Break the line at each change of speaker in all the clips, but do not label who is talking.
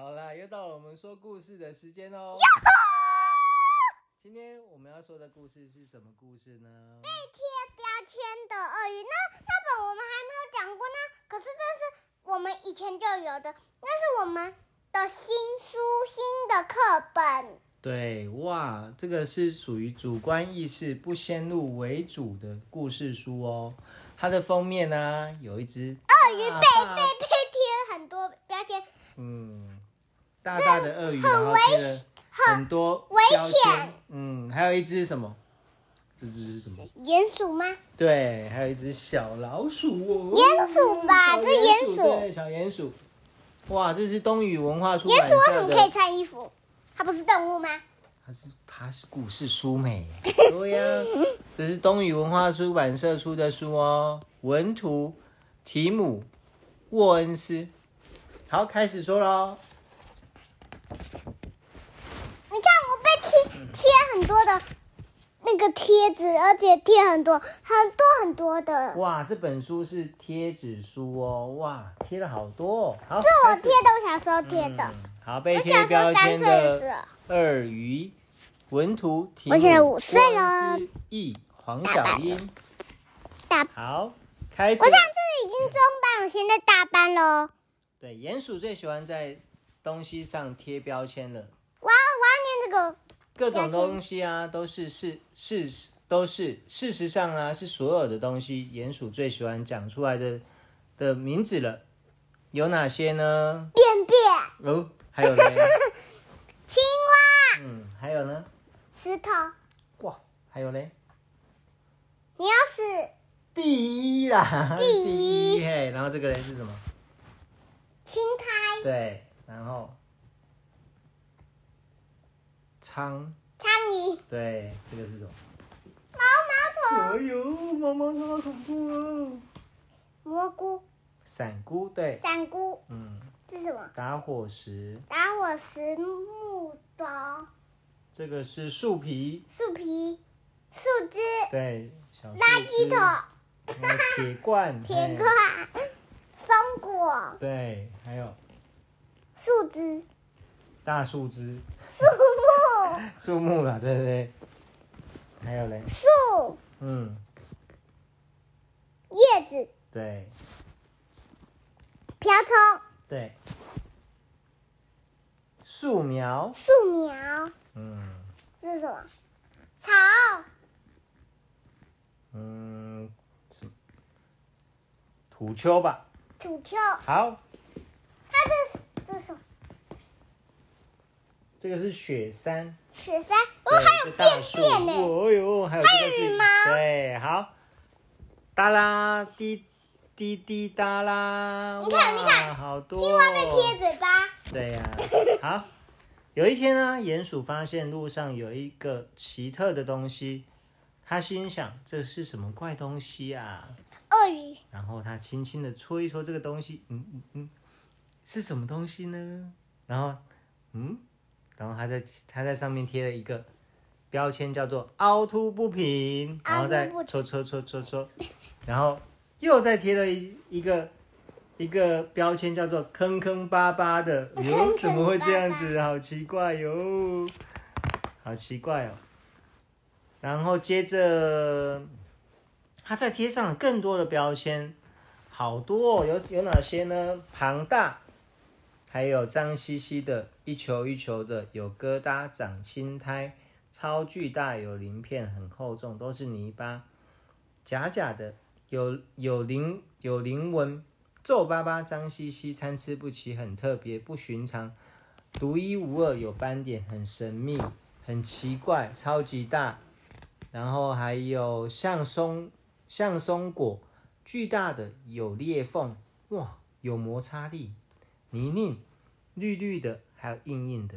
啦，又到了我们说故事的时间喽。今天我们要说的故事是什么故事呢？
贴标签的鳄鱼，那那本我们还没有讲过呢。可是这是我们以前就有的，那是我们的新书、新的课本。
对，哇，这个是属于主观意识不先入为主的故事书哦。它的封面呢、有一只鳄鱼贝贝，
被贴很多标 签，
嗯，大大的鳄鱼，然后贴了很多
危
标签
险，
嗯，还有一只什么？这只是什么？
鼹鼠吗？
对，还有一只小老鼠哦，
鼹鼠吧
小
这鼹鼠
对，小鼹鼠。哇，这是东宇文化出
鼹
版
鼠为什
社
么
的
可以穿衣服？它不是动物吗？
它是它是股市书美， 对呀、这是东宇文化出版社出的书哦，文图提姆沃恩斯。好，开始说喽。
你看我被贴贴很多的那个贴纸，而且贴很多很多很多的。
哇，这本书是贴纸书哦，哇，贴了好多、哦。好，
这我
开始
贴的，我小时候贴的。
嗯好，被
我
贴
小时
标
候三
签
岁的时
的
候，
鳄鱼文图提姆
我现在五岁了
沃恩斯译黄小英。
大
好，开始
我。上次已经中班，我现在大班喽。
对，鼹鼠最喜欢在东西上贴标签了。
我要我要念这个，
各种东西啊，都是事事都是事实上啊，是所有的东西，鼹鼠最喜欢讲出来的的名字了。有哪些呢？
便便、
哦，还有呢？
青蛙、
嗯，还有呢？
石头、
哇，还有嘞？
鸟屎、
第一啦，
第 一
嘿，然后这个人是什么？
青苔、
对，然后苍，
苍蝇、
对，这个是什么？
毛毛虫、
哎呦，毛毛虫好恐怖哦！
蘑菇、
伞菇，对，
香菇，
嗯，
这是什么？
打火石，
打火石、木头、
这个是树皮，
树皮、树枝、
对，小
垃圾桶、
桶，还有铁 罐，
铁
嘿，
块、松果、
对，还有
树枝、
大树枝，
树木、
树木啦，对对对，还有嘞，
树、
嗯，
叶子、
对
瓢虫、
对，树苗，
树苗，
嗯
这是什么？草。
嗯，什么土丘吧，
土丘，
好，
它这是这是什么？
这个是雪山，
雪山，哦，
对
还
嗯这
有
大
便
树
便呢，
哦呦，还有这个
还
是
有羽毛
对，好，哒啦滴滴滴哒啦，
你看
哇
你看
好多哦
青蛙被贴嘴巴，
对呀、好，有一天呢，鼹鼠发现路上有一个奇特的东西，它心想这是什么怪东西啊？
鳄鱼，
然后它轻轻的戳一戳这个东西，嗯嗯嗯，是什么东西呢？然后，嗯，然后它在它在上面贴了一个标签，叫做凹凸不平，然后
凹
再
凸不平
戳戳戳戳戳，然后又再贴了一一个一个标签，叫做坑坑巴巴的，
哦坑
哟，
坑
怎么会这样
巴
子？好奇怪哟，好奇怪哦。然后接着，它再贴上了更多的标签，好多、哦，有有哪些呢？庞大，还有脏兮兮的，一球一球的，有疙瘩，长青苔，超巨大，有鳞片，很厚重，都是泥巴，假假的，有有鳞有鳞纹，皱巴巴，脏兮兮，参差不齐，很特别，不寻常，独一无二，有斑点，很神秘，很奇怪，超级大，然后还有像松像松果，巨大的，有裂缝，哇，有摩擦力，泥泞，绿绿的，还有硬硬的，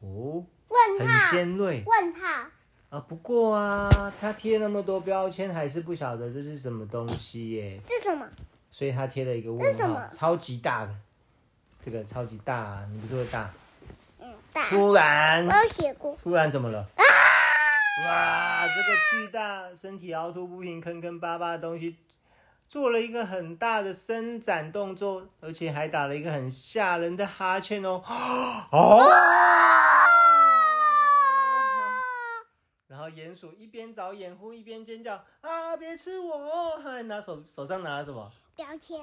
哦，
问
很
号，
尖锐
问号，
啊。不过啊，他贴那么多标签，还是不晓得这是什么东西耶，
这是什么？
所以他贴了一个
这
问
是什
号，
么
超级大的，这个超级大、啊，你不是会大？
嗯，大，
突然
我，有写 过，
突然怎么了？哇，这个巨大、身体凹凸不平、坑坑巴巴的东西，做了一个很大的伸展动作，而且还打了一个很吓人的哈欠哦。哦，然后鼹鼠一边找掩护，一边尖叫啊！别吃我哦！还拿手手上拿了什么？
标签，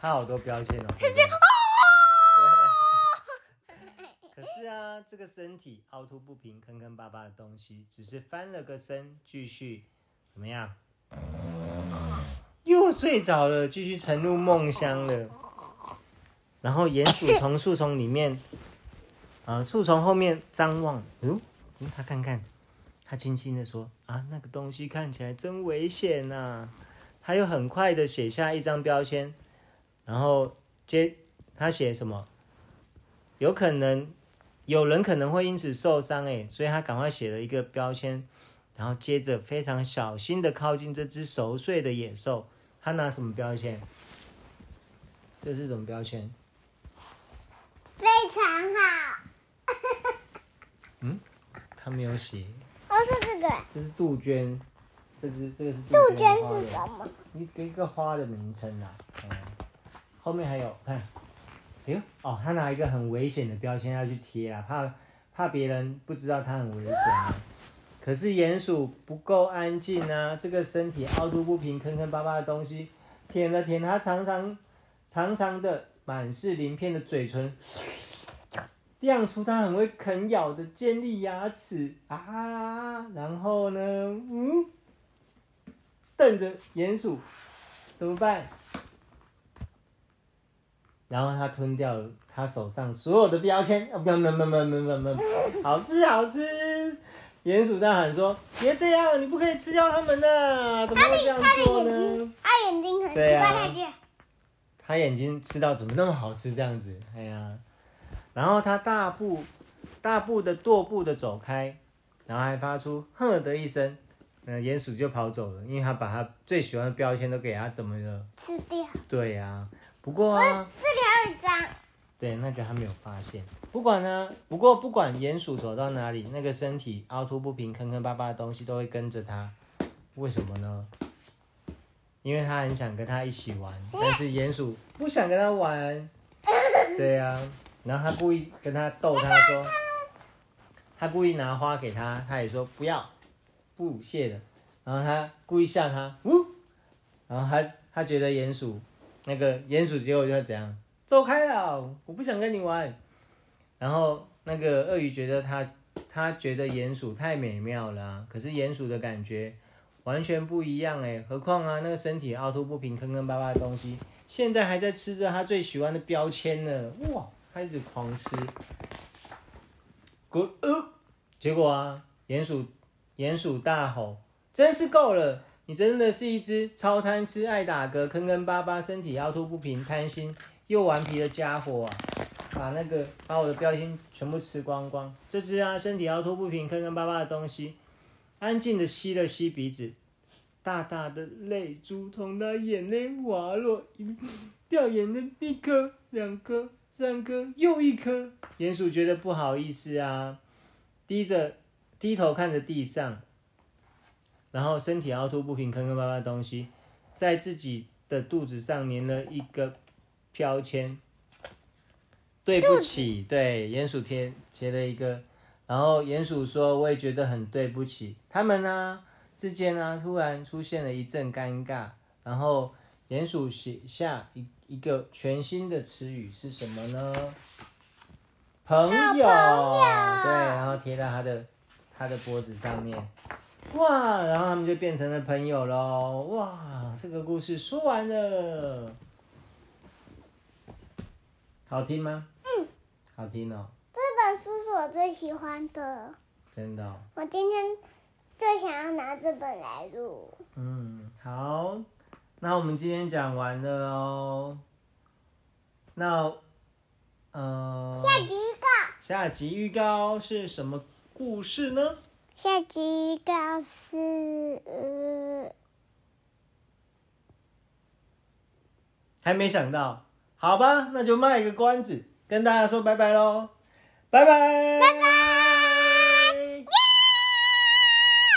它好多标签哦。对可是啊，这个身体凹凸不平、坑坑巴巴的东西，只是翻了个身，继续怎么样？又睡着了，继续沉入梦乡了。然后鼹鼠从树丛里面，啊，树丛后面张望，嗯，嗯它看看，它轻轻的说：“啊，那个东西看起来真危险呐、它又很快的写下一张标签，然后接他写什么？有可能有人可能会因此受伤诶，所以他赶快写了一个标签，然后接着非常小心的靠近这只熟睡的野兽。他拿什么标签？这是什么标签？
非常好。
他没有写，
哦，是这个，
这是杜鹃，这只这个是
杜
鹃
鹃
花的
是什么？
一个一个花的名称啊，嗯，后面还有看，哎呦，哦，他拿一个很危险的标签要去贴啊，怕怕别人不知道他很危险啊。可是鼹鼠不够安静啊，这个身体凹凸不平、坑坑巴巴的东西，舔了舔它长长长长的、满是鳞片的嘴唇，亮出它很会啃咬的尖利牙齿啊，然后呢，嗯，瞪着鼹鼠，怎么办？然后它吞掉了它手上所有的标签，啊，不不不不不不不，好吃好吃！鼹鼠大喊说：“别这样，你不可以吃掉它们的，怎么会这样
他的
做
眼
呢？”
睛，他眼睛很奇
对
怪，
啊
他这样
他眼睛吃到怎么那么好吃这样子，哎呀，然后他大步大步的踱步的走开，然后还发出哼的一声，嗯、鼹鼠就跑走了，因为他把他最喜欢的标签都给他怎么了？
吃掉。
对呀、不过啊，
这里还有一张，
对那个他没有发现。不管呢、不过不管鼹鼠走到哪里，那个身体凹凸不平、坑坑巴巴的东西都会跟着它，为什么呢？因为他很想跟他一起玩，但是鼹鼠不想跟他玩。对呀、然后他故意跟他逗他说，他故意拿花给他，他也说不要，不谢的。然后他故意吓他，呜，然后他他觉得鼹鼠那个鼹鼠结果就怎样，走开了，我不想跟你玩。然后那个鳄鱼觉得他他觉得鼹鼠太美妙了啊、可是鼹鼠的感觉完全不一样哎，何况啊那个身体凹凸不平、坑坑巴巴的东西，现在还在吃着他最喜欢的标签呢，哇，他一直狂吃，滚呃，结果啊，鼹鼠鼹鼠大吼，真是够了。你真的是一只超贪吃、爱打嗝、坑坑巴巴、身体凹凸不平、贪心又顽皮的家伙啊！把那个把我的标签全部吃光光。这只啊，身体凹凸不平、坑坑巴巴的东西，安静的吸了吸鼻子，大大的泪珠从他眼泪滑落，一掉眼泪一颗、两颗、三颗又一颗。鼹鼠觉得不好意思啊，低着低头看着地上。然后身体凹凸不平、坑坑巴巴的东西，在自己的肚子上粘了一个标签。对不起，对鼹鼠贴贴了一个，然后鼹鼠说：“我也觉得很对不起。”他们呢、之间呢、突然出现了一阵尴尬，然后鼹鼠写下一一个全新的词语是什么呢？朋友，
好朋
对，
友
然后贴到他的他的脖子上面。哇，然后他们就变成了朋友喽！哇，这个故事说完了，好听吗？嗯，好听哦，
这本书是我最喜欢的，
真的、哦。
我今天最想要拿这本来录。
嗯，好，那我们今天讲完了哦。那，呃，
下集预告，
下集预告是什么故事呢？
下集预告是呃，
还没想到，好吧，那就卖个关子，跟大家说拜拜喽，拜拜，拜拜。